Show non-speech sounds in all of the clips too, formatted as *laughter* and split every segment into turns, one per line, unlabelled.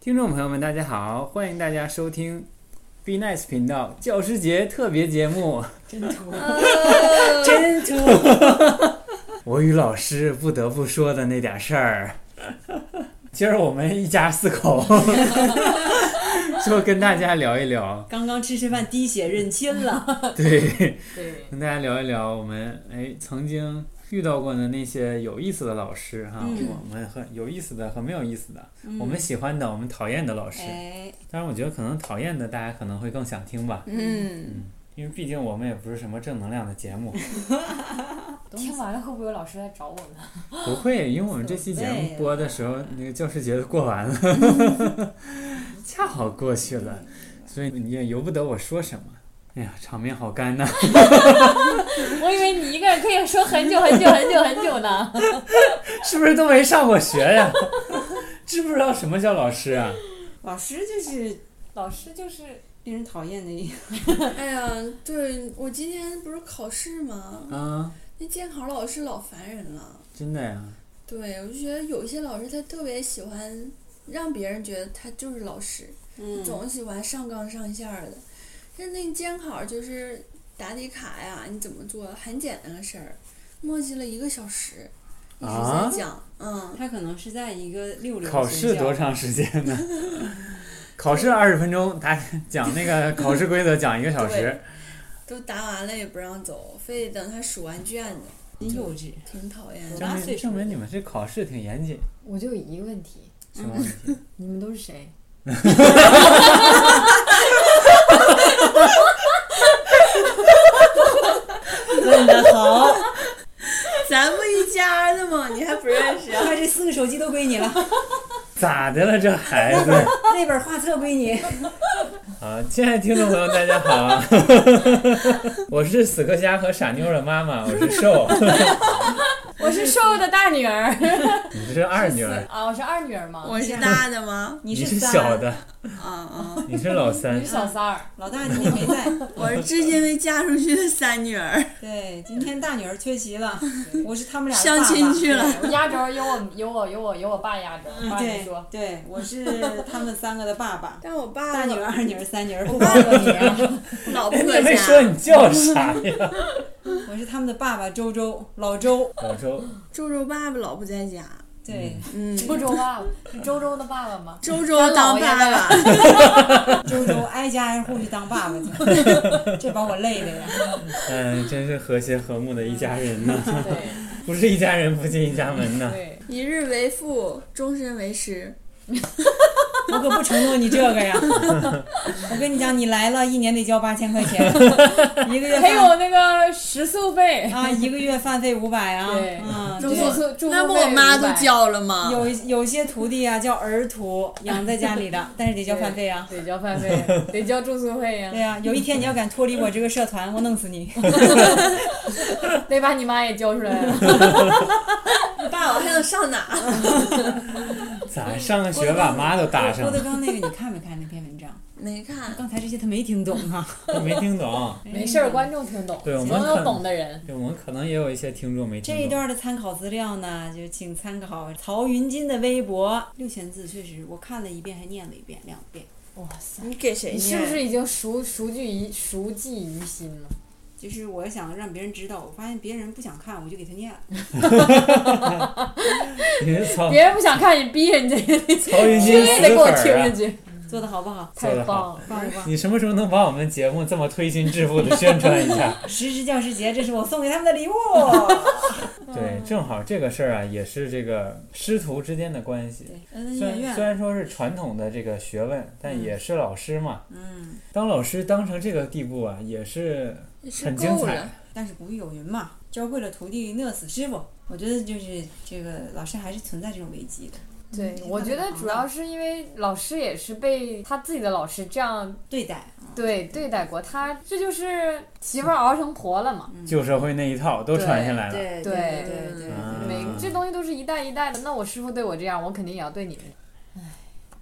听众朋友们，大家好，欢迎大家收听 Be Nice 频道教师节特别节目。
真土，
真土！ *laughs* 我与老师不得不说的那点事 *laughs* 儿。今儿我们一家四 *laughs* 口，就跟大家聊一聊，
刚刚吃吃饭滴血认亲了。
对，
*laughs*
对，
跟大家聊一聊我们哎曾经遇到过的那些有意思的老师哈，
嗯
我们很有意思的和没有意思的，
嗯
我们喜欢的，我们讨厌的老师。
哎，
当然，我觉得可能讨厌的大家可能会更想听吧，
嗯，
因为毕竟我们也不是什么正能量的节目，
听完了会不会有老师来找我们？
不会，因为我们这期节目播的时候，那个教师节都过完了，
*laughs*
恰好过去了，所以你也由不得我说什么。哎呀，场面好干呐！
*laughs*
*laughs*
我以为你一个人可以说很久很久很久很久呢。
是不是都没上过学呀？ *laughs* 知不知道什么叫老师啊？
老师就是
*laughs* 老师就是
令人讨厌的一个，
哎呀，对我今天不是考试吗？
嗯
啊，
那监考老师老烦人了。
真的呀，
对，我就觉得有一些老师他特别喜欢让别人觉得他就是老师，
嗯
总喜欢上纲上线儿的。像那监考就是答题卡呀，你怎么做很简单的事儿，磨叽了一个小时，一直
啊
在讲，嗯，
他可能是在一个六流
考
学
试
校
多？长时间
*laughs*
呢？考试二十分钟，答讲那个考试规则讲一个小时
对，都答完了也不让走，非得等他数完卷子，
真幼稚。
挺讨厌
对
*laughs*
的。
证
八岁
明证明你们这考试挺严谨，
我就有一个问题，
嗯
是吗？
你们都是谁？
问的好，
咱不一家的吗？你还不认
*laughs*
识啊？
快这四个手机都归你了，
*laughs* 咋的了这孩子？
那本画册归你。
啊，亲爱的听众朋友，大家好， *laughs* 我是死磕虾和傻妞的妈妈，我是瘦，
我是瘦的大女儿
你是二女儿，
*laughs* 啊，我是二女儿嘛。
我是大的吗？
你
是
三
小，的，
啊啊！
你是老
你
三
是，小三儿，
老大今天没在。
我是至今未嫁出去的三女儿，
对，今天大女儿缺席了，我是他们俩的
相亲去了。
*laughs* 对我嗯压轴有我有我有我有我爸压轴。
爸
爸
爸。
你
对
说，
对，我是他们三个的爸爸，
但我爸
大女儿、二女儿、三女儿，
我问问你 *laughs* 啊，
*laughs* 老不
哎你
搁
也没说
家。
你叫啥呀？
我是他们的爸爸周周，老周。
老周，
周周爸爸老不在家，
对，
嗯，
周周爸爸是周周的爸爸吗？
周周当爸爸，
周周挨家挨户去当爸爸去，
*laughs*
这把我累的呀！
嗯，真是和谐和睦的一家人呢， *laughs*
对
不是一家人不进一家门呢。
对，
*laughs* 一日为父，终身为师。
我可不承诺你这个
*laughs*
呀！我跟你讲，你来了一年得交八千块
*laughs*
钱，一个月
还
饭
有那个食宿费，
啊，一个月饭费五百啊
嗯对，
啊，
住
对
宿住宿费
那不我妈都
500
教了吗？
有有些徒弟啊叫儿徒，养在家里
*laughs*
的，但是得交饭费啊。
得交饭费，得交住宿费呀
对，呀、有一天你要敢脱离我这个社团，我弄死你！
得把你妈也交出来啊呀。
爸，我还能上哪？
咋上个学把妈都搭上
郭德
了？
纲那个你看没看那篇文章？
*laughs* 没看，
刚才这些他没听懂啊。
我没听懂。
没事儿，观众听懂，
对我们
总有
看
懂的人。
对，我们可能也有一些听众没
这一
听懂。
段的参考资料呢，就请参考曹云金的微博，六千字，确实我看了一遍，还念了一遍两遍，
哇塞，
你给谁
你是不是已经熟熟记于熟记于心了？
就是我想让别人知道，我发现别人不想看，我就给他念了。
你是曹
别人不想看你逼着你这，
曹云
非
金哦死
得给我听
粉儿
下
啊！
去，
做的好不
*laughs*
好？
做
太
得好
棒了！
棒不棒？
你什么时候能把我们节目这么推心置腹的宣传一下？
十之教师节，这是我送给他们的礼物。嗯
对，正好这个事儿啊，也是这个师徒之间的关系。
恩恩
虽
怨
然
*laughs*
怨，
虽然说是传统的这个学问，但也是老师嘛。
嗯，
当老师当成这个地步啊，也是
也是
很精
够
彩
了。。
但是古语有云嘛，教会了徒弟饿死师傅。我觉得就是这个老师还是存在这种危机的。
对
嗯，
我觉得主要是因为老师也是被他自己的老师这样
对待啊，
对对待过，他这就是媳妇儿熬成婆了嘛。
旧社会那一套都传下来了。
嗯对对
对
对
对
对
啊
每
嗯
这东西都是一代一代的，那我师傅对我这样，我肯定也要对你们。唉，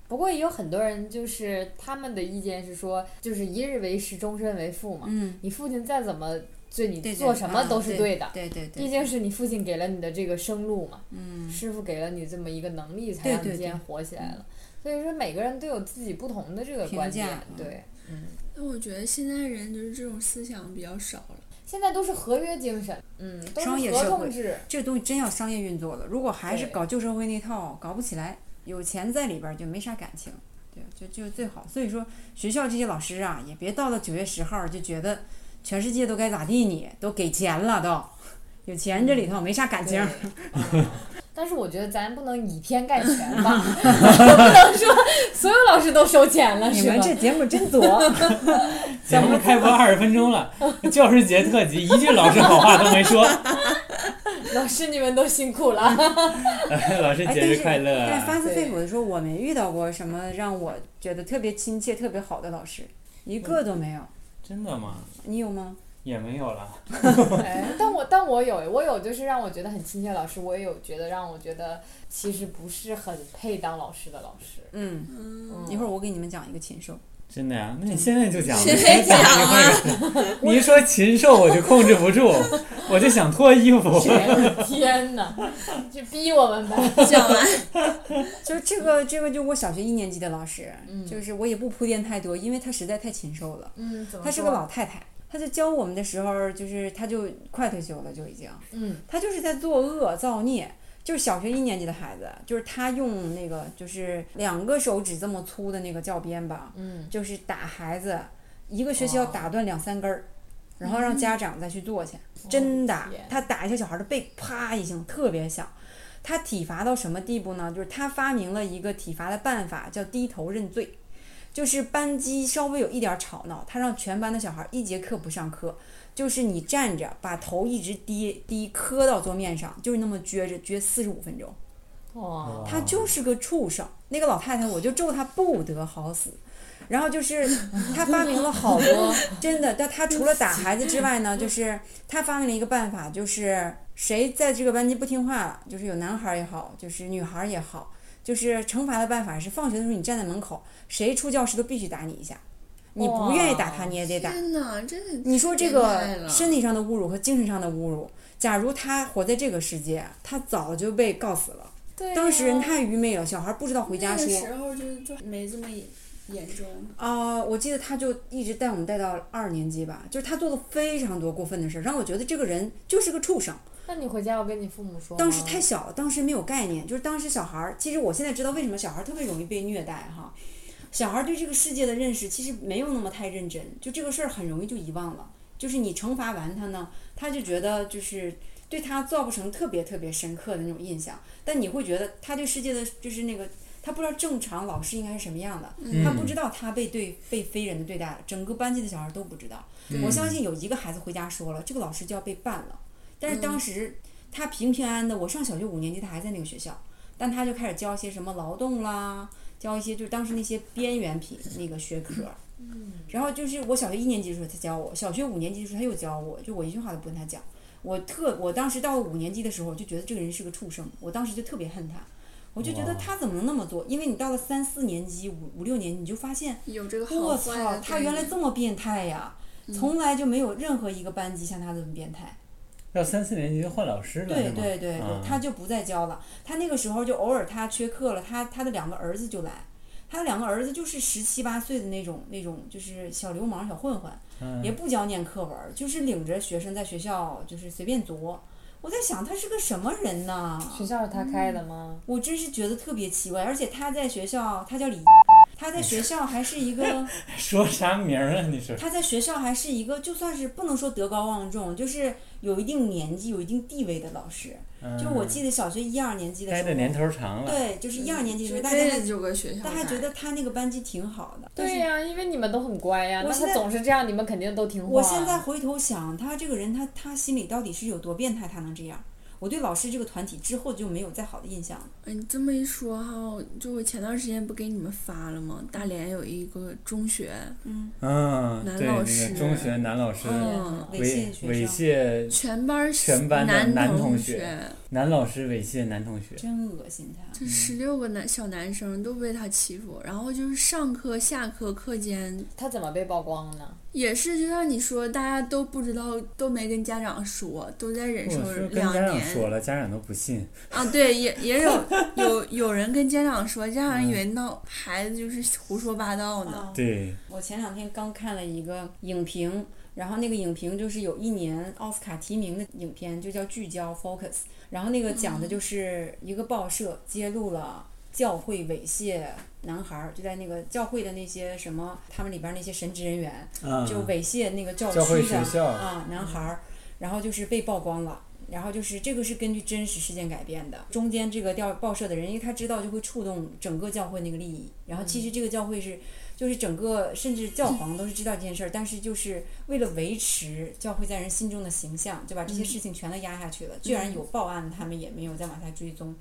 不过也有很多人就是他们的意见是说，就是一日为师，终身为父嘛。
嗯，
你父亲再怎么对你
对对
做什么都是
啊
对的，
对对对，
毕竟是你父亲给了你的这个生路嘛，
嗯
师傅给了你这么一个能力，才
对
让你
对
今天
对
火起来了。所以说每个人都有自己不同的这个
评
观
价
点，
嗯
对，嗯，
那我觉得现在人就是这种思想比较少了。
现在都是合约精神，嗯，都是
商业
合
社
同
会 *laughs*
制，
这东西真要商业运作了，如果还是
对
搞旧社会那套，搞不起来。有钱在里边儿就没啥感情，对，就就最好。所以说，学校这些老师啊，也别到了九月十号就觉得全世界都该咋地你，都给钱了都， *laughs* 有钱这里头没啥感 *laughs* 情。
对。嗯但是我觉得咱不能以偏概全
*laughs*
吧，不能说所有老师都收钱了，
你
是吧
们？这节目真多，
节目开播二十分钟了，教师节特辑一句老师好话都没
*laughs*
说。
老师你们都辛苦了。
老师
*laughs* 哎
节
但
日
是
快乐
但
啊！
是发自肺
对
腑的说，我没遇到过什么让我觉得特别亲切、特别好的老师，一个都没有。
真的吗？
你有吗？
也没有了。
哎但我但我有我有就是让我觉得很亲切的老师，我也有觉得让我觉得其实不是很配当老师的老师。
嗯，
嗯，
嗯
一会儿我给你们讲一个禽兽。
真的呀、那你现在就讲吧，
现在讲
啊！你一说禽兽，我就控制不住，我就想脱衣服。
天哪，就逼我们
*laughs*
吧。
讲
啊
完
就这个，这个就我小学一年级的老师，
嗯
就是我也不铺垫太多，因为他实在太禽兽了。
嗯，怎么
她是
说
个，老太太，她就教我们的时候，就是她就快退休了，就已经，
嗯
她就是在作恶造孽。就是小学一年级的孩子，就是她用那个就是两个手指这么粗的那个教鞭吧，
嗯，
就是打孩子，一个学期要
哇
打断两三根儿，然后让家长再去做去，
哦
真打
天，
他打一下小孩的背，啪一声特别响。他体罚到什么地步呢？就是他发明了一个体罚的办法，叫低头认罪。就是班级稍微有一点儿吵闹，他让全班的小孩一节课不上课，就是你站着把头一直低低磕到桌面上，就是那么撅着撅四十五分钟。
哇，
他就是个畜生。那个老太太，我就咒她不得好死。然后就是她发明了好多真的，但她除了打孩子之外
嗯
呢，就是她发明了一个办法，就是谁在这个班级不听话了，就是有男孩儿也好，就是女孩儿也好，就是惩罚的办法是放学的时候你站在门口，谁出教室都必须打你一下，你不愿意打他
哇
你也得打。
天哪，真的
你说这
变
个
态啊了
身体上的侮辱和精神上的侮辱，假如他活在这个世界，他早就被告死了。
对呀
当时人太愚昧了，小孩不知道回家
啊那
说
个。时候就就没这么严重。
啊、我记得他就一直带我们带到二年级吧，就是他做了非常多过分的事儿，让我觉得这个人就是个畜生。
那你回家要跟你父母说吗？
当时太小了，当时没有概念，就是当时小孩儿，其实我现在知道为什么小孩儿特别容易被虐待哈。小孩儿对这个世界的认识其实没有那么太认真，就这个事儿很容易就遗忘了。就是你惩罚完他呢，他就觉得就是对他造不成特别特别深刻的那种印象，但你会觉得他对世界的就是那个他不知道正常老师应该是什么样的，他不知道他被对被非人的对待了，整个班级的小孩都不知道。 *laughs*
嗯
我相信有一个孩子回家说了，这个老师就要被办了。但是当时他平平安安的，我上小学五年级，他还在那个学校，但他就开始教一些什么劳动啦，教一些就是当时那些边缘品那个学科。然后就是我小学一年级的时候他教我，小学五年级的时候他又教我，就我一句话都不跟他讲。我特我当时到了五年级的时候，我就觉得这个人是个畜生，我当时就特别恨他。我就觉得
哇
他怎么能那么做？因为你到了三四年级、五五六年级，你就发现
有这个
我
好啊坏
操
的，
他原来这么变态呀！从来就没有任何一个班级像他这么变态。
到三四年级就换老师了，
对
是吗
对对对
啊，
他就不再教了。他那个时候就偶尔他缺课了，他他的两个儿子就来，他的两个儿子就是十七八岁的那种那种就是小流氓小混混，
嗯
也不教念课文，就是领着学生在学校就是随便作。我在想他是个什么人呢？
学校是他开的吗？
我真是觉得特别奇怪，而且他在学校，他叫李，他在学校还是一个。
*laughs* 说啥名儿啊？你说
他在学校还是一个，就算是不能说德高望重，就是有一定年纪、有一定地位的老师。就我记得小学一二年级
嗯
的
待
时
的年
候，
头啊长了，
对，就是一二年级的时候，大家
这
还
就搁学校
大
待，
家觉得他那个班级挺好的。但
对
是
呀、因为你们都很乖呀、
我
那
现在
他总是这样，你们肯定都听话。啊
我现在回头想，他这个人，他他心里到底是有多变态，他能这样？我对老师这个团体之后就没有再好的印象了。
哎，你这么一说哈，我就我前段时间不给你们发了吗？大连有一个中学，
嗯，
嗯，
男
对，那
老
个
师
中学男老师
嗯
猥
猥
亵学
猥
生，
亵
全班
全班的男
男
同学嗯
学，
男老师猥亵男同学，
真恶心他。
这十六个男小男生都被他欺负，然后就是上课、下课、课间
他怎么被曝光呢？
也是，就像你说，大家都不知道，都没跟家长说，都在忍
我
受
说跟
两
家长
年
说了，家长都不信。
嗯
啊。对，也也有
*laughs*
有有人跟家长说，家
嗯
长以为闹孩子就是胡说八道呢。
对，
我前两天刚看了一个影评，然后那个影评就是有一年奥斯卡提名的影片，就叫《聚焦 （Focus）》，然后那个讲的就是一个报社揭露了教会猥亵男孩儿，就在那个教会的那些什么，他们里边儿那些神职人员，
嗯，
就猥亵那个教
教会
区的
学校
啊男孩儿，然后就是被曝光了。然后就是这个是根据真实事件改编的，中间这个调报社的人，因为他知道就会触动整个教会那个利益。然后其实这个教会是，就是整个甚至教皇都是知道这件事儿，但是就是为了维持教会在人心中的形象，就把这些事情全都压下去了。居然有报案，他们也没有再往下追踪。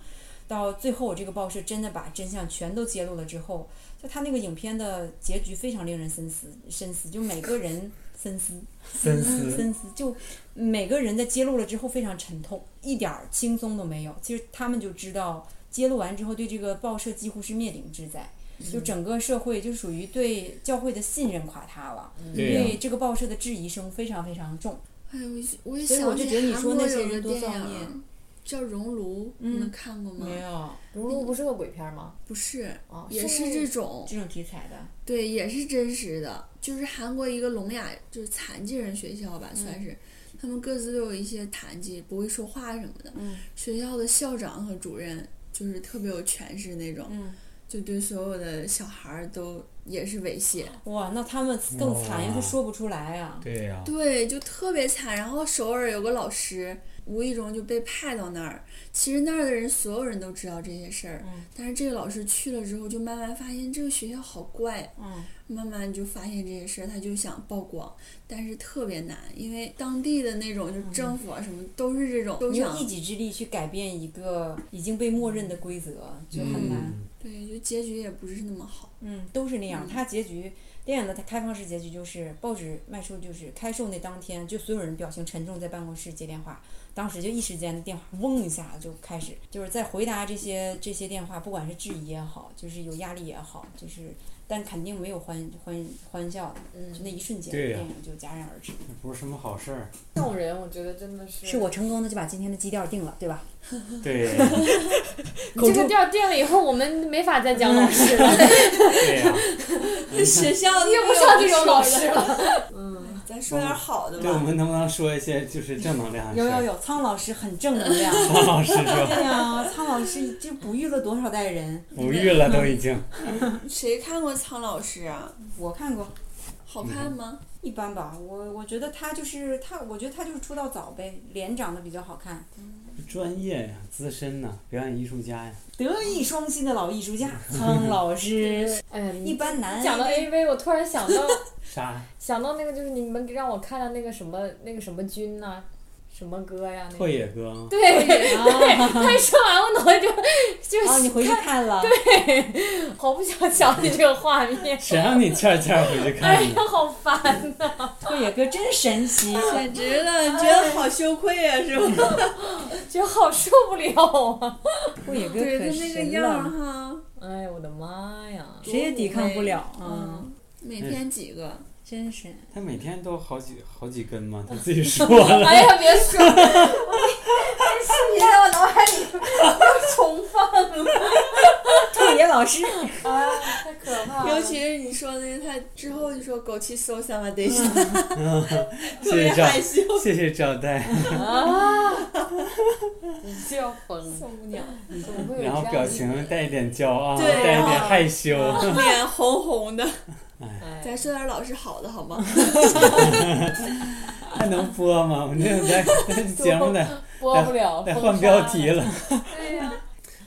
到最后，这个报社真的把真相全都揭露了之后，就他那个影片的结局非常令人深思，深思，就每个人深思，
深思。
*laughs* 深思，就每个人在揭露了之后非常沉痛，一点儿轻松都没有。其实他们就知道，揭露完之后对这个报社几乎是灭顶之灾，就整个社会就属于对教会的信任垮塌了，
对呀
对这个报社的质疑声非常非常重。
哎呦，我一我一
所以
想
我就
起
觉得你
韩
说那
国
些
有
人
个
多
电
造
影
孽嗯
叫《熔炉》，你们看过吗？
有
熔炉不是个鬼片吗？
不是，
哦，是
也是这种，
这种题材的，
对，也是真实的，就是韩国一个聋哑，就是残疾人学校吧，算
嗯
是，他们各自都有一些残疾，不会说话什么的。
嗯
学校的校长和主任就是特别有权势那种，
嗯，
就对所有的小孩儿都也是猥亵，
哇，那他们更惨呀，
哇
他说不出来啊。
对呀、
对，就特别惨。然后首尔有个老师，无意中就被派到那儿，其实那儿的人所有人都知道这些事儿，
嗯
但是这个老师去了之后，就慢慢发现这个学校好怪，啊
嗯
慢慢就发现这些事儿，他就想曝光，但是特别难，因为当地的那种就是政府啊什么都是这种，都
你用
想
一己之力去改变一个已经被默认的规则，就很难。
嗯
对，就结局也不是那么好。
嗯，都是那样。
嗯
它结局，电影的开放式结局就是报纸卖出，就是开售那当天，就所有人表情沉重，在办公室接电话。当时就一时间电话嗡一下就开始，就是在回答这些这些电话，不管是质疑也好，就是有压力也好，就是但肯定没有欢欢欢笑的，就那
嗯，
一瞬间，
对呀
电影就戛然而止。
那嗯不是什么好事
*laughs*
儿。
这种人我觉得真的是
是我成功的就把今天的基调定了，对吧？
对，
这
口
个
中
调定了以后，我们没法再讲老师了，
对
*laughs*
呀、
学校
约不上这种老师了。嗯，
咱说点好的
对，我
吧。
们能不能说一些就是正能量的
有
事
有
儿？
有，苍老师很正能量。 *laughs*
方 *laughs* 老师说，
对呀、苍老师这哺育了多少代人？
无语了都已经。
谁看过苍老师啊？
我看过。
好看吗？
一般吧，我我觉得他就是他，我觉得他就是出道早呗，脸长得比较好看，
专业呀，资深呐、表演艺术家呀，
德艺双馨的老艺
*laughs*
术家苍老师。
哎呀，
一
你
般男
讲到 AV，我突然想到
啥？
想到那个，就是你们让我看的那个什么那个什么君呐、什么歌呀、那
拓
个。
野哥吗？
对，对，
啊，
他一说完，我脑袋就就
哦，你
是
回去看了，
好不想想起这个画面，
谁让你欠欠回去
哎
看
呀
*laughs*
的？，
好烦呐、
拓野哥真神 *laughs* 奇。
简直了，觉得好羞愧啊，是吧？
觉得好受不了啊！
拓野哥
对他
可
那个
神
样儿
了，
哈，
哎呀，我的妈呀！
谁也抵抗不了啊，
嗯，每天几个？
真 *laughs* 神。
他每天都好几好几根嘛，他自己说了。
哎呀，别说，哎，你在我脑海里又重放了，
拓野老师，
*laughs* 哎呀，太可怕了！
尤其是你说那个，他之后就说枸杞 so s a m e d a
谢
别
谢赵，
害羞，
谢谢赵代，
啊，你就要疯，
小姑娘，
怎么会有这
然
样
后
的
表情带一点骄傲，
对
带一点
啊
害羞。
脸红红 *laughs* 的。
哎
咱说点老师好的好吗？
还能播吗？我们这在节目
*laughs*
得
播不了，
得
哎封
换
杀
标题。了。
对呀，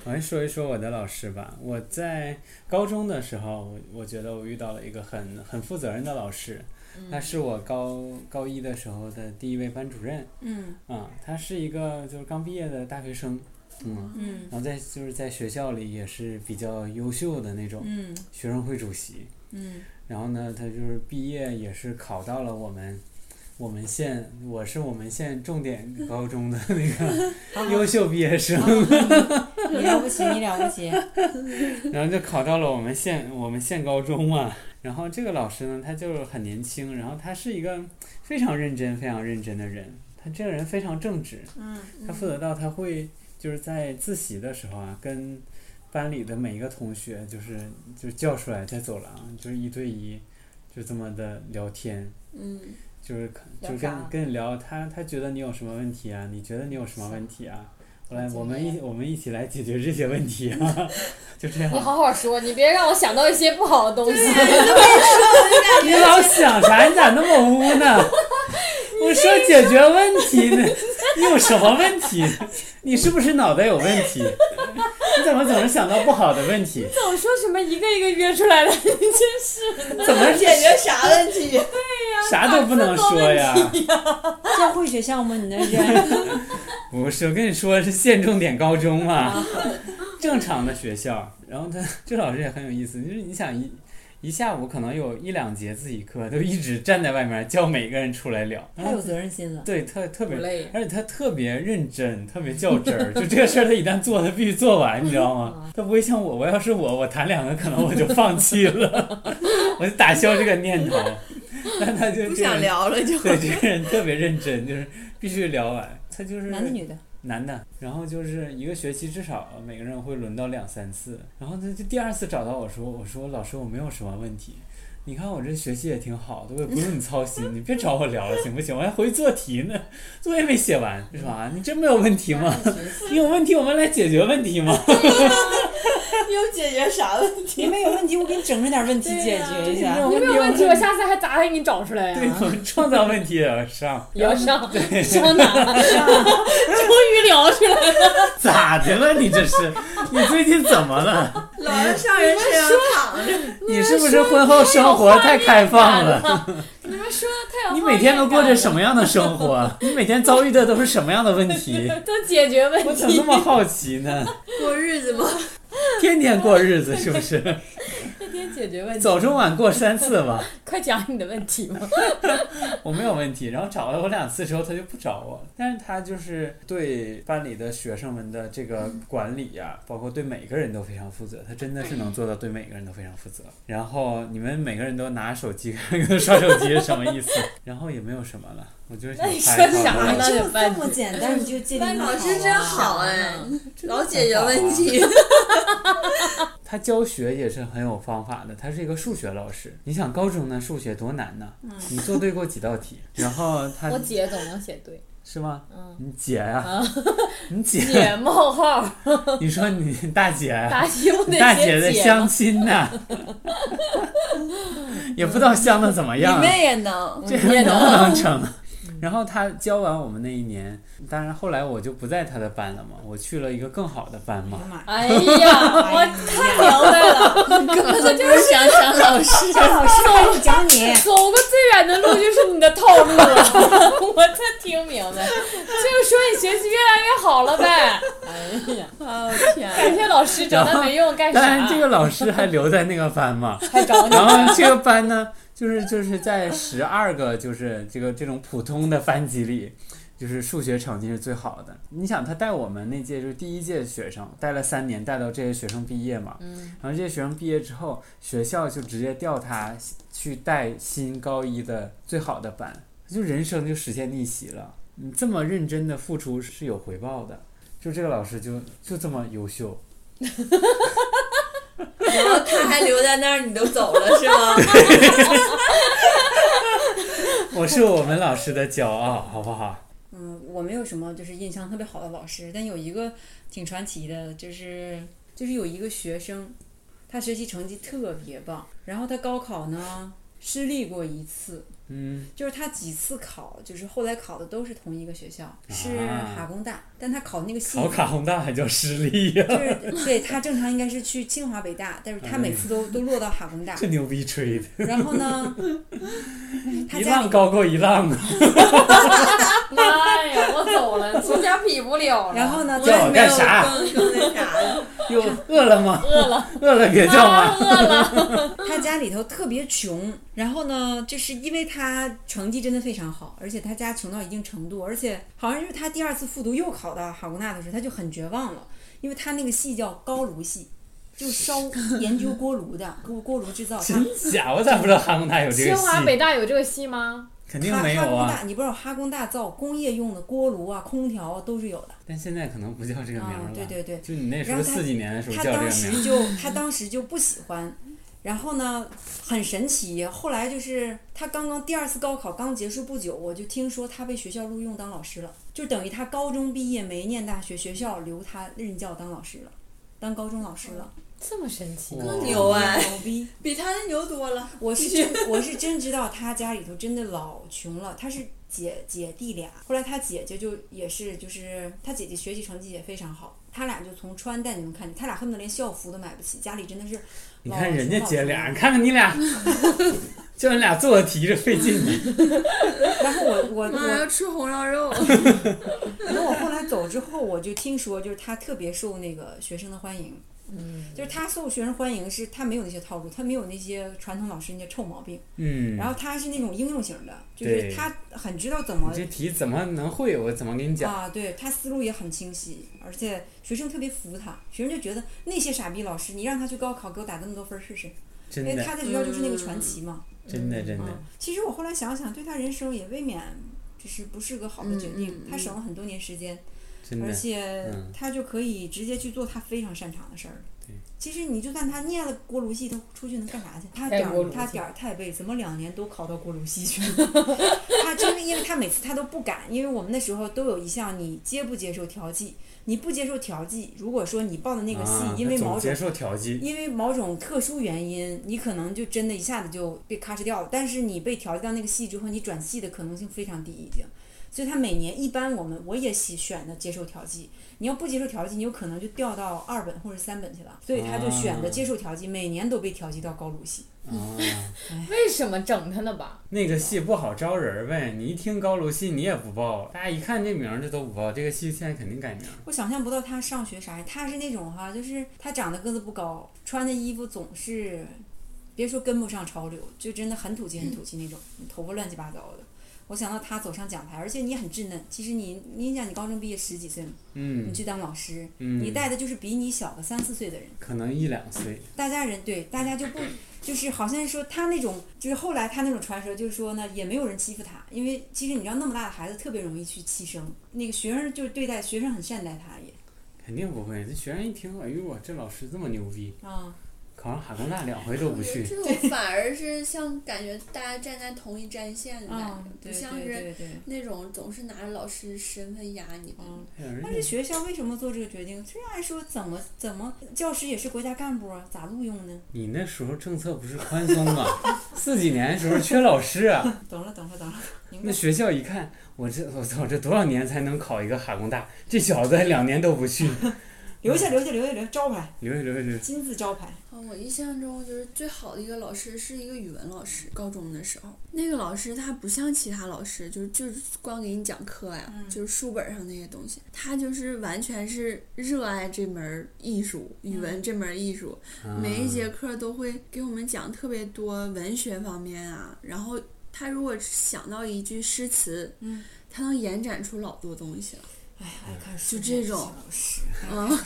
我先说一说我的老师吧。我在高中的时候，我我觉得我遇到了一个很很负责任的老师，
嗯
他是我高高一的时候的第一位班主任。
嗯 *laughs*
嗯，他是一个就是刚毕业的大学生，嗯，
嗯
然后在就是在学校里也是比较优秀的那种
嗯
学生会主席。
嗯
然后呢，他就是毕业也是考到了我们我们县，我是我们县重点高中的那个优秀毕业生，
啊嗯，你了不起，你了不起。
然后就考到了我们县我们县高中嘛。然后这个老师呢，他就是很年轻，然后他是一个非常认真、非常认真的人。他这个人非常正直，
*laughs* 嗯，
他负责到他会就是在自习的时候啊，跟班里的每一个同学就是就是叫出来，在走廊就是一对一，就这么的聊天，
嗯
就是可
聊
就是
啥
跟跟你聊他他觉得你有什么问题啊，你觉得你有什么问题啊，我来
怎么
我们一我们一起来解决这些问题啊， *laughs* 就
*laughs*
这样
你。好好说，你别让我想到一些不好的东西。
*laughs* 你老想啥？你咋那么污呢？我说解决问题呢，你有什么问题？你是不是脑袋有问题？你怎么总是想到不好的问题？
总说什么一个一个约出来的，真是
怎么
解决啥问题？
啥都不能说呀？
教会学校吗？你那是？
不是，我跟你说是县重点高中
啊
嘛， *laughs* 正常的学校。然后他 *laughs* 这老师也很有意思，就是你想一一下午可能有一两节自习课，都一直站在外面叫每个人出来聊。
太有责任心了。
对，特特
不
别
累。
而且他特别认真，特别较真儿，就这个事儿他一旦做，他必须做完，你知道
啊
吗？他不会像我，我要是我，我谈两个可能我就放弃了，
*laughs*
我就打消这个念头。但他就这
不
个
想
人，
聊了就。
对这个人特别认真，就是必须聊完。他就是
男的女的？
男的，然后就是一个学期至少每个人会轮到两三次，然后他就第二次找到我说，我说老师我没有什么问题，你看我这学习也挺好的，我也不用你操心，你别找我聊了行不行？我还回去做题呢， *laughs* 作业没写完，是吧？你真没有问题 *laughs* 吗？啊你有问题我们来解决问题吗？
又解决啥问题？
你们有问题，我给你整着点问题解决一下。
对啊
你没有问题，我下次还咋还给你找出来
对
呀、啊？
我们创造问题也要上，
也要上 *laughs* 上哪儿？ *laughs* 终于聊出来了，
咋的了？你这是，你最近怎么 *laughs* 了？
老是上人身上躺着，
你是不是婚后 *laughs* 生活太开放了？
你们说的太有
*laughs* 你每天都过着什
么？
么样的生活？你每天遭遇的都是什么样的问
*laughs*
题？
*laughs* 都解决问
我怎么
题
那，么好奇呢？
过日子吗？
天天过日子是不
*laughs*
是？
天天解决问题。
早中晚过三次吧，
快讲你的问题吧。
我没有问题。然后找了我两次之后，他就不找我了。但是他就是对班里的学生们的这个管理呀、包括对每个人都非常负责。他真的是能做到对每个人都非常负责。然后你们每个人都拿手机刷手机是什么意
*laughs*
思？然后也没有什么了，我就是想
那你
拍
说
一
啥
拍
哎
呢
就这么简单，你就界定
*laughs* 老师
啊
真好哎，
嗯
老解
解
决
决
问
问 *laughs*
题。
他教学也是很有方法的，他是一个数学老师。你想高中呢，数学多难呢？你做对过几道题？然后他
嗯我姐总能写对，
是吗？
嗯，
你姐呀、你姐，
*laughs* 姐冒号
*laughs* 你说你大姐，
答题我
你
得
大
写
姐的相亲呢、
*laughs*
也不知道相的怎么
你
样，
妹也能，
这
也
个能
能
不能成？ *laughs* 嗯然后他教完我们那一年，当然后来我就不在他的班了嘛，我去了一个更好的班嘛。
哎呀，
*laughs*
我太明白了，
根本就不是想想老师。
小老师还得啊讲
*laughs*
你，
走过最远的路就是你的套路了， *laughs* 我这听明白，就是说你学习越来越好了
*laughs*
呗。哎呀，
哦
感
天，
谢老师，整那没用
*laughs*
干
当然，
啥？
这个老师还留在那个班嘛。
还找你
*laughs* 然后这个班呢，就是就是在十二个就是这个这种普通的班级里，就是数学成绩是最好的。你想他带我们那届就是第一届学生，带了三年，带到这些学生毕业嘛。
嗯。
然后这些学生毕业之后，学校就直接调他去带新高一的最好的班，就人生就实现逆袭了。你这么认真的付出是有回报的，就这个老师就就这么优秀。
然后他还留在那儿，你都走了是 *laughs* 吗？
我是我们老师的骄傲，好不好？
嗯，我没有什么就是印象特别好的老师，但有一个挺传奇的，就是就是有一个学生，他学习成绩特别棒，然后他高考呢失利过一次，
嗯。
就是他几次考，就是后来考的都是同一个学校，是
啊
哈工大，但他考那个系
考卡宏大还叫失利呀、
就是对他正常应该是去清华北大，但是他每次都、都落到哈工
*laughs*
大，
这牛逼吹的，
然后呢，他
一
家
浪
里，
高过一浪
*laughs*
啊！
妈呀！我走了，出家比不了了。
然后呢，
我
哦叫
也
我
没
干
有
啥
更更那啥的，
哟，饿了吗？
饿了，
*laughs* 饿了别叫
啊
妈。
饿了。
他家里头特别穷，然后呢，就是因为他成绩真的非常好，而且他家穷到一定程度，而且好像就是他第二次复读又考到哈工大的时候，他就很绝望了，因为他那个系叫高卢系，就烧研究锅炉的，锅锅炉制造。他
真假？我咋不知道哈工大有这个
清华北
系？
大有这个系吗？
肯定
哈
没
哈
有
工
啊，
大，你不知道哈工大造工业用的锅炉啊、空调啊都是有的。
但现在可能不叫这个名儿
啊
了。，
对对对，
就你那时
然
候
后他
四几年的时候
他
叫这
当
个名儿，
时就他当时就不喜欢，然后呢，很神奇。后来就是他刚刚第二次高考刚结束不久，我就听说他被学校录用当老师了，就等于他高中毕业没念大学，学校留他任教当老师了，当高中老师了，
这么神奇？
哇
更牛啊！
牛逼！
比他那牛多了。
我是真我是真知道他家里头真的老穷了，他是姐姐弟俩，后来他姐姐就也是就是他姐姐学习成绩也非常好，他俩就从穿戴你能看见，他俩恨不得连校服都买不起，家里真的是
你看人家姐俩，你看看你
*laughs*
俩，叫你俩做的题这费劲呢。
然后我我
妈
嗯
要
我，
吃红烧肉，
然后我后来走之后，我就听说就是他特别受那个学生的欢迎，
嗯，
就是他受学生欢迎是他没有那些套路，他没有那些传统老师那些臭毛病，
嗯，
然后他是那种应用型的，就是
对
他很知道怎么
你这题怎么能会？我怎么给你讲？
啊，对他思路也很清晰，而且学生特别服他，学生就觉得那些傻逼老师，你让他去高考给我打这么多分儿试试，
真
因为
的，
他在学校就是那个传奇嘛。
真的，真的。
嗯，其实我后来想想，对他人生也未免就是不是个好的决定，
嗯嗯嗯
他省了很多年时间，
真
而
的，
且
嗯
他就可以直接去做他非常擅长的事儿
对。
其实你就算他念了锅炉系，他出去能干啥去？他
盖
点
锅
儿
炉
他
去
点儿太背，怎么两年都考到锅炉系去了？
*laughs*
他真的，因为他每次他都不敢，因为我们那时候都有一项你接不接受调剂，你不接受调剂，如果说你报的那个系、
啊
因为
总
某种
接受调剂，
因为某种特殊原因，你可能就真的一下子就被咔哧掉了。但是你被调剂到那个系之后，你转系的可能性非常低，已经。所以他每年一般我们我也喜选的接受调剂，你要不接受调剂，你有可能就调到二本或者三本去了。所以他就选择接受调剂，每年都被调剂到高炉系。
啊，
为什么整他呢吧？
那个系不好招人儿呗。你一听高楼系，你也不报，大家一看这名儿就都不报。这个系现在肯定改名儿，
我想象不到他上学啥样，他是那种哈，就是他长得个子不高，穿的衣服总是，别说跟不上潮流，就真的很土气很土气那种，头发乱七八糟的。我想到他走上讲台，而且你很稚嫩。其实你，你想你高中毕业十几岁嘛，你
嗯
去当老师，
嗯，
你带的就是比你小个三四岁的人。
可能一两岁，
大家人对大家就不就是好像说他那种就是后来他那种传说就是说呢也没有人欺负他，因为其实你知道那么大的孩子特别容易去欺生，那个学生就是对待学生很善待他也
肯定不会。这学生一听，哎呦我这老师这么牛逼，
啊，
考上哈工大两回都不
我觉得
去，
这种反而是像感觉大家站在同一战线的感
嗯，
觉，
对
啊不像
对
是
对对，
那种总是拿着老师身份压你的。
嗯。
哎呀人
但
家
是学校为什么做这个决定？虽然说怎么怎么，教师也是国家干部啊，咋录用呢？
你那时候政策不是宽松啊？ *laughs* 四几年的时候缺老师啊，
懂了懂了懂了，明
那
白。
学校一看，我这我操，这多少年才能考一个哈工大？这小子还两年都不去，
留下留下留下留下招牌，
留下留下留下。
金字招牌。
啊，我印象中就是最好的一个老师是一个语文老师，高中的时候，那个老师他不像其他老师，就是就是光给你讲课呀，
嗯
就是书本上那些东西，他就是完全是热爱这门儿艺术，语
嗯
文这门儿艺术，
啊
每一节课都会给我们讲特别多文学方面啊，然后他如果想到一句诗词，
嗯，
他能延展出老多东西了。
哎呀，爱看书
就这种
老师，
嗯 *laughs*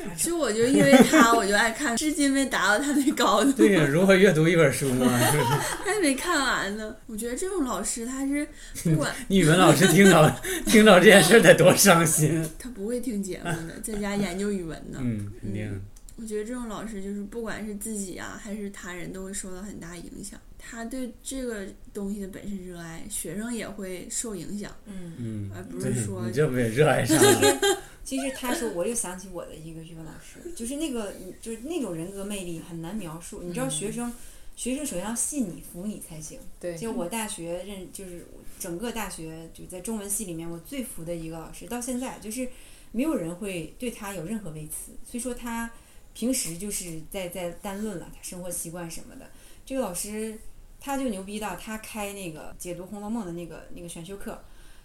哎呀
就我就因为他，我就爱看，至今没达到他那高度。
对呀、如何阅读一本书嘛？是不是
还没看完呢。我觉得这种老师他是不管
你语文老师听到 *laughs* 听到这件事得多伤心？
他不会听节目
*laughs*
的，在家研究语文呢。
嗯，肯定。
我觉得这种老师就是不管是自己啊还是他人都会受到很大影响。他对这个东西的本身热爱，学生也会受影响，
嗯。
嗯，
而不
对
是说
你这不也热爱上了？
*laughs* 其实他说，我又想起我的一个语文老师，就是那个，就是那种人格魅力很难描述。你知
嗯
道，学生，学生首先要信你、服你才行。
对，
就我大学认，就是我整个大学就在中文系里面，我最服的一个老师，到现在就是没有人会对他有任何微词。虽说他平时就是在在单论了他生活习惯什么的，这个老师他就牛逼到他开那个解读《红楼梦》的那个那个选修课，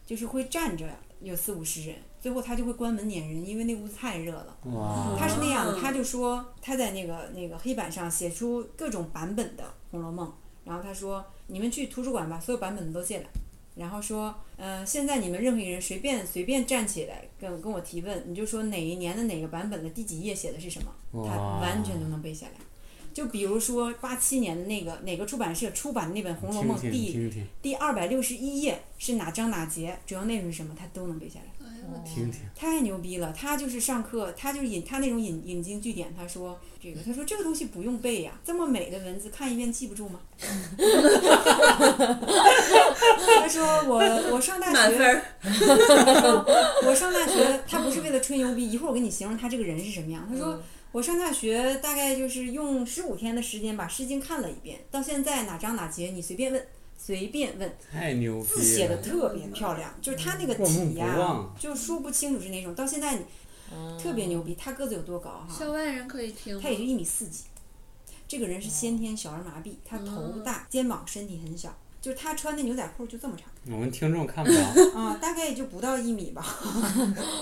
就是会站着有四五十人，最后他就会关门撵人，因为那屋子太热了。
哇，
他是那样
哦
的，他就说他在那个那个黑板上写出各种版本的《红楼梦》，然后他说你们去图书馆把所有版本的都借来，然后说，呃，现在你们任何一个人随便随便站起来跟跟我提问，你就说哪一年的哪个版本的第几页写的是什么，他
哇
完全都能背下来。就比如说八七年的那个哪个出版社出版的那本《红楼梦》
听
第
听听听
第二百六十一页是哪章哪节，主要内容是什么，他都能背下来。
哎呦我天，
听听，
太牛逼了！他就是上课，他就是引他那种引引经据典，他说这个，他说这个东西不用背呀、这么美的文字看一遍记不住吗？ *laughs* 他说我我上大
满分
学，
儿，
我上大学，他不是为了吹牛逼，一会儿我给你形容他这个人是什么样。他
嗯
说、我上大学大概就是用十五天的时间把《诗经》看了一遍，到现在哪章哪节你随便问，随便问，
太牛逼了！啊嗯
字写的特别漂亮，就是他那个
过目
体
不
呀、
忘
就说不清楚是哪种。到现在你
嗯
特别牛逼，他个子有多高哈？
校外人可以听吗
他也就一米四几。这个人是
哦
先天小儿麻痹，他头大、肩膀、身体很小，就是他穿的牛仔裤就这么
*laughs*
长
我们听众看不着，
啊、大概也就不到一米
*laughs*
吧。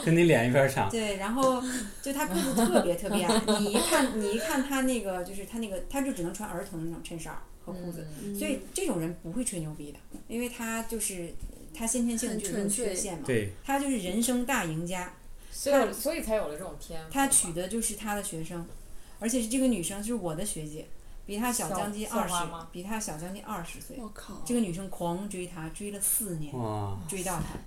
跟你脸一边
*laughs*
长。
对，然后就他个子特别特别
*laughs*
矮，你一看你一看他那个就是他那个，他就只能穿儿童那种衬衫儿和裤子，
嗯
嗯
所以这种人不会吹牛逼的，因为他就是他先天性
很
就有这种
纯粹
缺陷嘛，
对，
他就是人生大赢家。
所以有所以才有了这种天赋。
他娶的就是他的学生，而且是这个女生是我的学姐，比他小
小
将近
校
二十
花吗，
比他小将近二十岁。
我靠，
这个女生狂追他，追了四年，
哇，
哦追到他，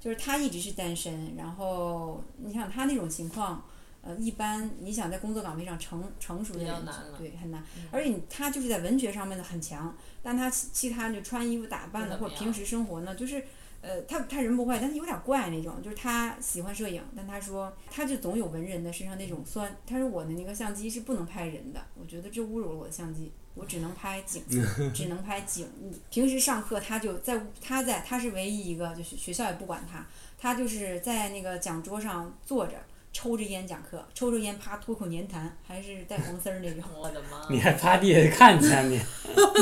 就是他一直是单身。然后你想他那种情况，呃，一般你想在工作岗位上成成熟的
比较
人
难了
对，很难
嗯。
而且你他就是在文学上面的很强，但他其其他就穿衣服打扮
不
的
怎么
或
样
者平时生活呢，就是。呃，他他人不坏，但是有点怪那种，就是他喜欢摄影，但他说他就总有文人的身上那种酸。他说我的那个相机是不能拍人的，我觉得这侮辱了我的相机，我只能拍景色，只能拍景物。平时上课他就在他在他是唯一一个，就是学校也不管他，他就是在那个讲桌上坐着抽着烟讲课，抽着烟啪脱口粘痰，还是带黄丝儿
*laughs*
那种。
我的妈！
你还趴地下看见你，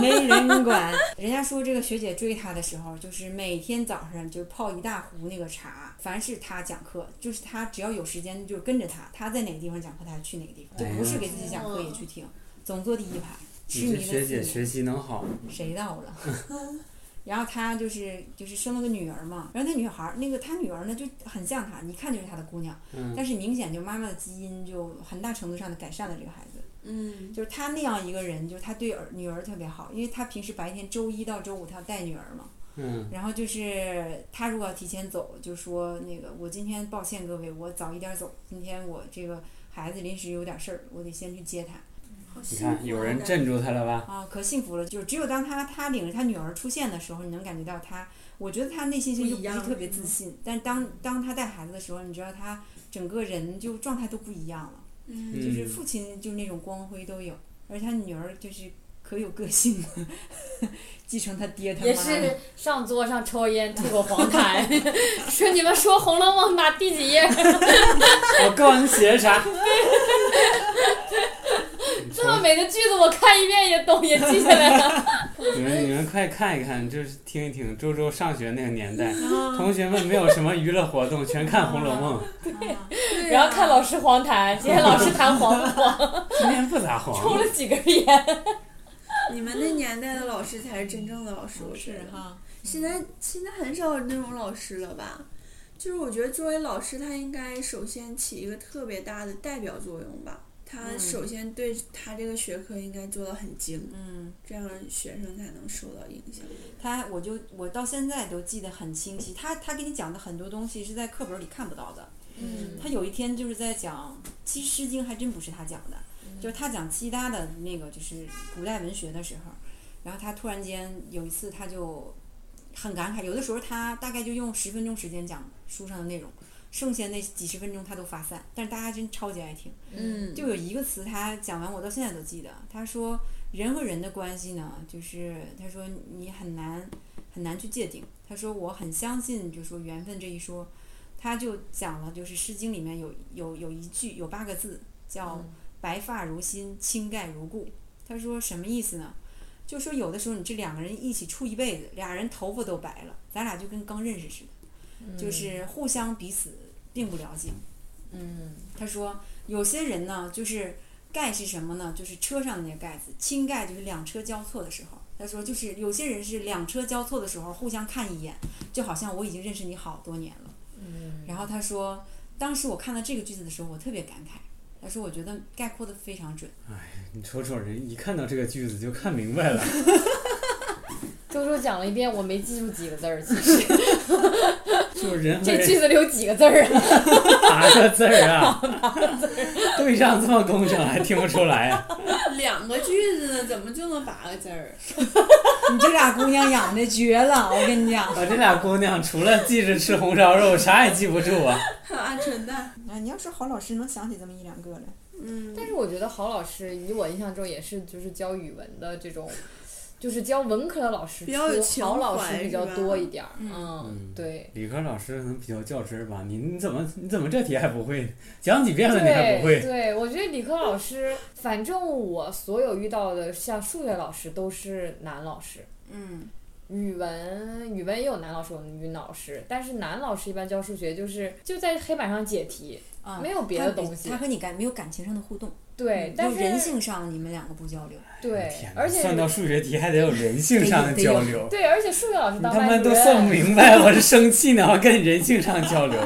没人管。人家说这个学姐追他的时候，就是每天早上就泡一大壶那个茶，凡是他讲课，就是他只要有时间就跟着他，他在哪个地方讲课，他去哪个地方，就不是给自己讲课也去听，总坐第一排，痴
哎你
迷
这学姐
了四年
学习能好？
谁到了？然后他就是就是生了个女儿嘛，然后那女孩儿那个他女儿呢就很像他，一看就是他的姑娘，
嗯，
但是明显就妈妈的基因就很大程度上的改善了这个孩子。
嗯，
就是他那样一个人，就是他对儿女儿特别好，因为他平时白天周一到周五他要带女儿嘛，
嗯，
然后就是他如果要提前走，就说那个我今天抱歉各位，我早一点走，今天我这个孩子临时有点事儿，我得先去接他
好
你
幸福啊
看有人镇住他了吧？
啊，可幸福了，就是只有当他他领着他女儿出现的时候，你能感觉到他，我觉得他内心深处
不一
不
样
是特别自信，但当当他带孩子的时候，你知道他整个人就状态都不一样了。
嗯，
就是
嗯
父亲就是那种光辉都有，而他女儿就是可有个性了，继承他爹他妈
也是上桌上抽烟吐口黄痰， *laughs* 说你们说《红楼梦》哪第
*laughs*
几页？
我告诉你写的啥。 *laughs*
这么美的句子，我看一遍也懂，也记下
*laughs*
来了。
你们你们快看一看，就是听一听周周上学那个年代，
啊
同学们没有什么娱乐活动，全看《红楼梦
啊
对
然后
啊
看老师黄痰，
*laughs*
今天老师痰黄不黄？》，
今天不咋
抽
黄。
了几根烟？
*laughs* 你们那年代的老师才是真正的老师，我觉
是
得。
哈，
现在现在很少有那种老师了吧？就是我觉得作为老师，他应该首先起一个特别大的代表作用吧。他
嗯
首先对他这个学科应该做到很精，
嗯，
这样学生才能受到影响。
他我就我到现在都记得很清晰，他他给你讲的很多东西是在课本里看不到的。
嗯
他有一天就是在讲，其实《诗经》还真不是他讲的，就是他讲其他的那个就是古代文学的时候，然后他突然间有一次他就很感慨，有的时候他大概就用十分钟时间讲书上的内容，剩下那几十分钟他都发散，但是大家真超级爱听。
嗯，
就有一个词，他讲完我到现在都记得。他说人和人的关系呢，就是他说你很难很难去界定。他说我很相信，就说缘分这一说。他就讲了，就是《诗经》里面有有有一句有八个字叫
嗯
“白发如新，青盖如故”。他说什么意思呢？就说有的时候你这两个人一起处一辈子，俩人头发都白了，咱俩就跟刚认识似的，
嗯
就是互相彼此并不了解。
嗯
他说有些人呢，就是盖是什么呢？就是车上的那个盖子，倾盖就是两车交错的时候，他说就是有些人是两车交错的时候互相看一眼，就好像我已经认识你好多年了。
嗯，
然后他说，当时我看到这个句子的时候，我特别感慨。他说：“我觉得概括的非常准，
你瞅瞅人，一看到这个句子就看明白了。
周周讲了一遍，我没记住几个字儿，其
*laughs*
实
就是人和
这句
人
子里有几个字儿
*laughs*
啊？
八个字儿
*laughs*
啊，对上这么工整还听不出来啊？
*laughs* 两个句子呢，怎么就能八个字 *laughs* 儿？
你这俩姑娘养的绝了，我跟你讲。
啊我这俩姑娘除了记着吃红烧肉，啥也记不住啊。
还有鹌鹑蛋，
啊，你要是好老师，能想起这么一两个来。
嗯，
但是我觉得郝老师，以我印象中也是就是教语文的这种，就是教文科的老师
比较有
出
情
好老师
怀
比
是
较
吧
多一点儿。
嗯
嗯
嗯，
对。
理科老师可能比较较真儿吧？你你怎么你怎么这题还不会？讲几遍了你还不
对
会？
对，我觉得理科老师，反正我所有遇到的像数学老师都是男老师，
嗯，
语文语文也有男老师有女老师，但是男老师一般教数学就是就在黑板上解题，
啊，
没有别的东西
他。和你感没有感情上的互动，
对
嗯，
但
就人
是
性上你们两个不交流。
对
哎天，哪
而且
算到数学题还得有人性上的交流。
对，而且数学老师
你
当
他
班主
妈
任，
都算不明白，我是生气呢，我还跟你人性上交
*laughs*
流。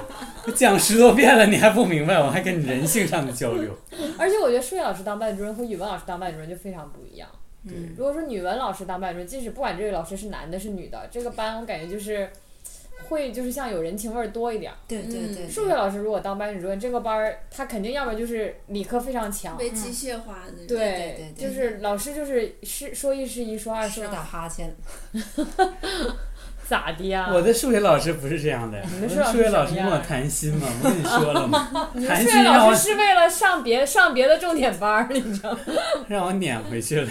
我讲十多遍了，你还不明白，我还跟你人性上的交流。
而且我觉得数学老师当班主任和语文老师当班主任就非常不一样。
嗯，
如果说语文老师当班主任，即使不管这个老师是男的是女的，这个班我感觉就是会就是像有人情味儿多一点儿。
对对
嗯
对，
数学老师如果当班主任，这个班儿他肯定要么就是理科非常强，
被机械化的，
对对对
就是老师就是是说一啊是一说二说
说打
二，
哈欠，
咋的呀？
我的数学老师不是这样的，
们
我
数学老
的数学老
师
师跟
什么样
我谈心嘛，我跟你说了嘛，
*laughs* 你们
谈
数
心
学
让
老
我
师是为了上别上别的重点班儿，你知道吗？
让我撵回去了。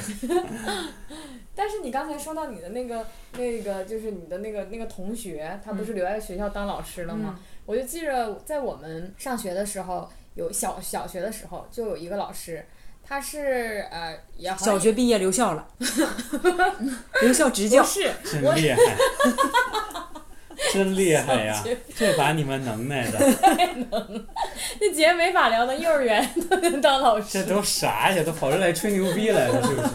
*laughs* 但是你刚才说到你的那个那个，就是你的那个那个同学，他不是留在学校当老师了
嗯
吗？我就记着在我们上学的时候，有小小学的时候就有一个老师，他是呃也好像
小学毕业留校了，留校执教
不。是
真
我
厉害，真厉害呀！这把你们能耐的，
*laughs* 那节没法聊的，幼儿园都能当老
这
师。
都啥呀？都跑这来吹牛逼来了，
*laughs*
是不是？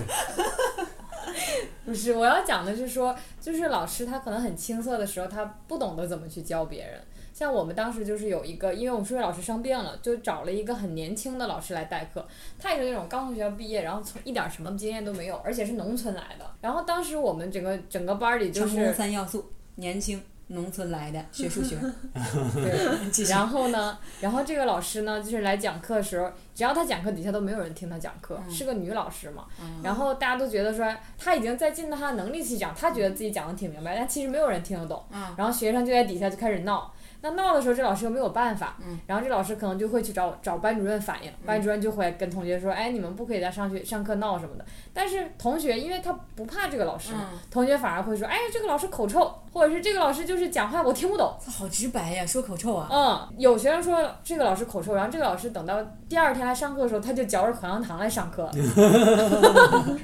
不是，我要讲的是说，就是老师他可能很青涩的时候，他不懂得怎么去教别人。像我们当时就是有一个，因为我们数学老师生病了，就找了一个很年轻的老师来代课。他也是那种刚从学校毕业，然后从一点什么经验都没有，而且是农村来的。然后当时我们整个整个班儿里 *laughs* 就
成功
是
三要素：年轻、农村来的，学数
*laughs*
学。 *laughs* 继
对，
续
然后呢，然后这个老师呢，就是来讲课的时候，只要他讲课，底下都没有人听他讲课，
嗯
是个女老师嘛。
嗯
然后大家都觉得说他已经在尽到他的能力去讲，他觉得自己讲的挺明白，但其实没有人听得懂。
啊，
然后学生就在底下就开始闹。那闹的时候，这老师又没有办法，
嗯
然后这老师可能就会去找找班主任反映，班主任就会跟同学说，哎，你们不可以再上学上课闹什么的。但是同学因为他不怕这个老师嘛，
嗯
同学反而会说，哎，这个老师口臭，或者是这个老师就是讲话我听不懂。
他好直白呀，说口臭啊。
嗯，有学生说这个老师口臭，然后这个老师等到第二天来上课的时候，他就嚼着口香糖来
*laughs*
上课，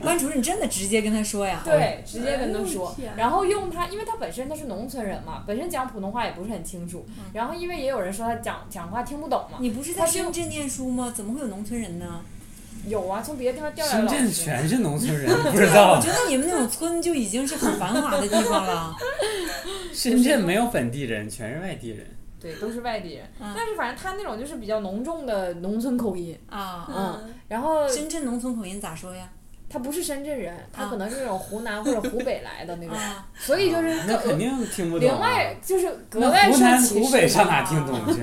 班主任真的直接跟他说呀。
对，直接跟他说
哎呦天，
然后用他，因为他本身他是农村人嘛，本身讲普通话也不是很清楚，然后因为也有人说他讲讲话听不懂嘛，
你不是在深圳念书吗？怎么会有农村人
*laughs*
呢？
有啊，从别的地方调来的
深
老
圳
师，
全是农村人，不知道
哦
我
*laughs*
觉得你们那种村就已经是很繁华的地方了。
深圳没有本地人，全是外地人。
对，都是外地人，
嗯
但是反正他那种就是比较浓重的农村口音，
啊，
嗯，然后
深圳农村口音咋说呀？
他不是深圳人，他
啊
可能是那种湖南或者湖北来的那种，
啊，
所以就是
哦那肯定听不懂
另
啊。
外就是格
那
外
湖
受
南、
歧
湖北
视
上
嘛，
哪听懂
*laughs*
去？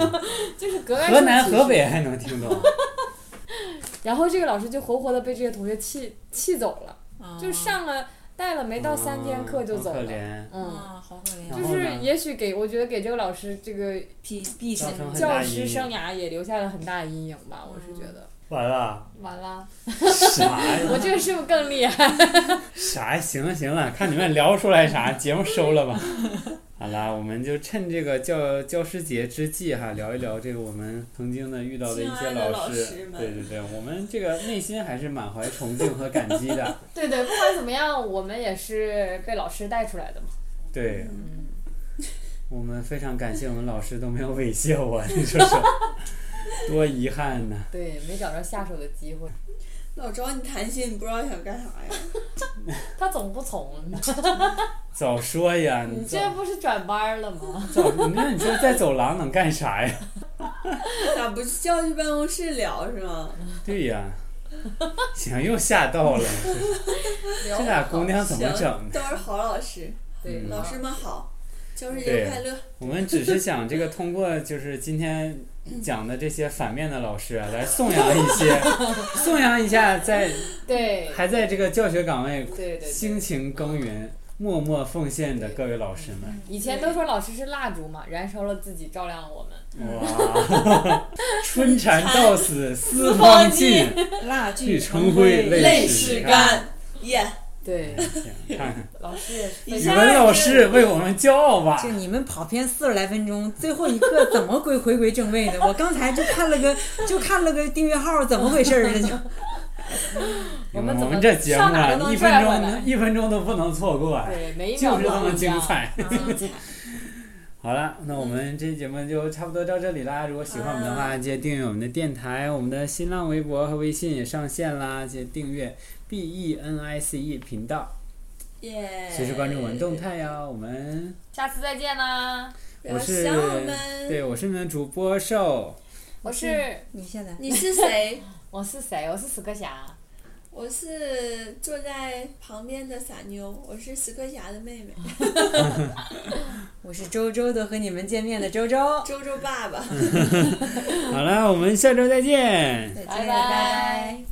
就是格外
河
受
南、
歧视
河北还能听懂？
然后这个老师就活活的被这些同学气气走了，
啊
就上了带了 *laughs* 没到三天课就走
好可
了，
怜，
嗯。
啊，好可
然
怜，
就
后
是
呢
也许给我觉得给这个老师这个
毕毕
造
生
成很
教
大
师
阴
生
影。
涯也留下了很大的阴影吧，我是觉得。
*laughs* 完了，
嗯完了，
啥呀？
我这个是不是更厉害？
啥？行了行了，看你们聊出来啥，节目收了吧。好啦，我们就趁这个教教师节之际哈，聊一聊这个我们曾经的遇到的一
亲
些
爱的老
师。
师们
对对对，我们这个内心还是满怀崇敬和感激的。
*laughs* 对对，不管怎么样，我们也是被老师带出来的嘛。
对，
嗯 *laughs*
我们非常感谢我们老师都没有猥亵我， *laughs* 你说
*laughs*
说，多遗憾呐！
对，没找着下手的机会。
老找你谈心，你不知道想干啥呀？
他总不从，
早说呀！你
你
早
这不是转班了 *laughs* 吗？
早，你那你说在走廊能干啥
*laughs*
呀？
咋不叫去办公室聊是吗？
对呀，行，又吓到了。这俩姑娘怎么整 *laughs*
行，？都是好老师，
对
老师们好，教师节
对
快乐。
我们只是想这个通过就是今天讲的这些反面的老师啊，来颂扬一
*laughs*
些，颂扬一下在
对
还在这个教学岗位
对对对，
辛勤耕耘、默默奉献的各位老师们。
以前都说老师是蜡烛嘛，燃烧了自己，照亮了我们。
哇，春蚕到死丝方尽，
*laughs*
蜡
炬成灰泪始干。
耶！
对，
行看看
老师也是
一
语
下
文老
就
师为我们骄傲吧
就。你们跑偏四十来分钟，最后一个怎么归回归正位
*laughs*
的？我刚才就看了个，就看了个订阅号，怎么回事儿呢？
*laughs*
就
我
我
们怎么
这节目
上哪儿都
啊，
能
一分
拽回来
钟一分钟都不能错过啊，
对，每一秒
就是
都
这么
不一
精
样。
彩。
嗯
*laughs* 好了，那我们这期节目就差不多到这里
嗯
啦。如果喜欢我们的话，记得订阅我们的电台，我们的新浪微博和微信也上线啦，记得订阅 B E N I C E 频道，
哎
耶！
随时关注我们动态呀。我们
下次再见啦！
我
不要
是
想我们，
对我是你们的主播瘦，
我是
你现在
你是谁？
我是谁？我是死磕侠。
*laughs* 我是坐在旁边的傻妞，我是死磕侠的妹妹，
我是周周的和你们见面的周周，
周周爸爸。
好了，我们下周再见。
再见
拜拜
拜拜